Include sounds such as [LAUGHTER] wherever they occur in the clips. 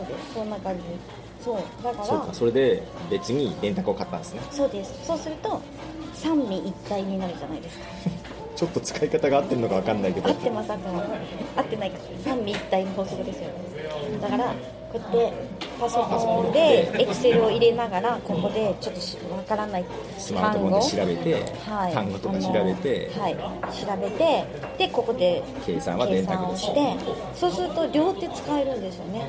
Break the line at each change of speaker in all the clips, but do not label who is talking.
感じですそうだから
そうかそれで別に電卓を買ったんですね
そうですそうすると三味一体になるじゃないですか
ちょっと使い方が合ってるのか分かんないけど
合ってます合ってます合ってないか三位一体の法則ですよだからこうやってパソコンでエクセルを入れながらここでちょっとしわからない
スマートフォンで調べて、
はい、
単語とか調べて、
あのはい、調べてでここで
計算は
計
電
算
卓
を
で
し
す
てそうすると両手使えるんですよね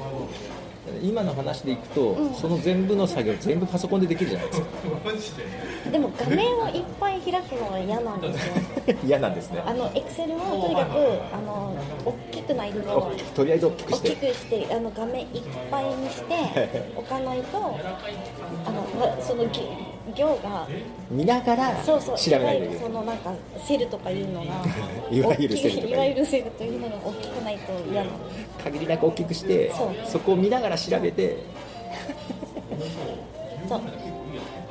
今の話でいくと、その全部の作業全部パソコンでできるじゃない
[LAUGHS]
ですか
でも画面をいっぱい開くのは嫌なんですよ
嫌なんですね
あのエクセルをとにかくあの大きくない
お
と
とりあえず大きく
大
し
き
て
くしてあの画面いっぱいにして置かないとあのまそのぎ行が
見ながら
そ
調
うそう
べない
わゆ
といけ
るそ
ない
のなんかセルとかいうのが
[LAUGHS] いわゆるセルとかい
大きい
う
いわゆるセルというのが大きくないと嫌なの
限りなく大きくして
そう
そこを見ながら調べて
そう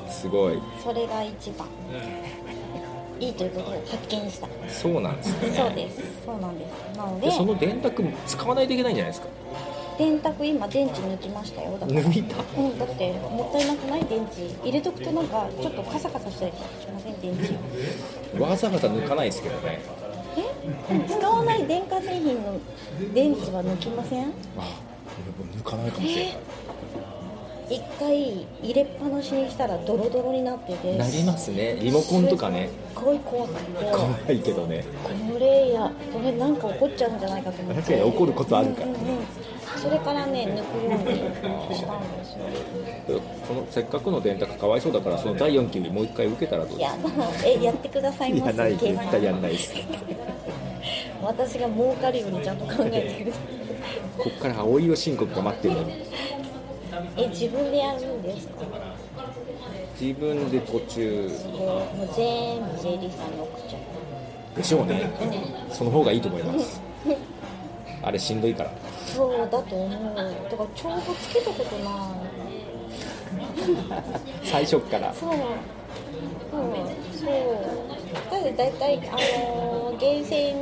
すごい
それが一番いいということを発見した
そうなんですね
そうですそうなんですなので
でその電卓も使わないといけないんじゃないですか
電卓今電池抜きましたよだから
抜いた
うん、だってもったいなくない電池入れとくとなんかちょっとカサカサしたりしません電池
わざわざ抜かないですけどね
えでも使わない電化製品の電池は抜きません
あ抜かないかもしれない
え一回入れっぱなしにしたらドロドロになってて
なりますねリモコンとかね
すっごい怖くて
怖いけどね
これやこれなんか怒っちゃうんじゃないかと思って
確かに怒ることあるから
うんうんうんそれからね抜くようにしたんですよ
このせっかくの電卓かわいそうだからその第4期もう一回受けたらどう
い
で
やえやってください
すか
ます
やない
計
絶
算
対やんないです
私が儲かるようにちゃんと考えてくれて
こっから青色申告が待ってるのに
え自分でやるんですか
自分で途中
これもう全部税理士さんに送っちゃう
でしょうねその方がいいと思いますあれしんどいから
そうだと思うだから帳簿つけたことない
最初っから
そううんそうだって大体あのー厳選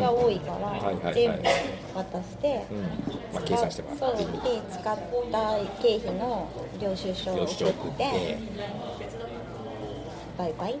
が多いから、
はいはいはい
全部渡して、
うんまあ計算してます
そうで使った経費の領収書を
領
送って
収書送って
売買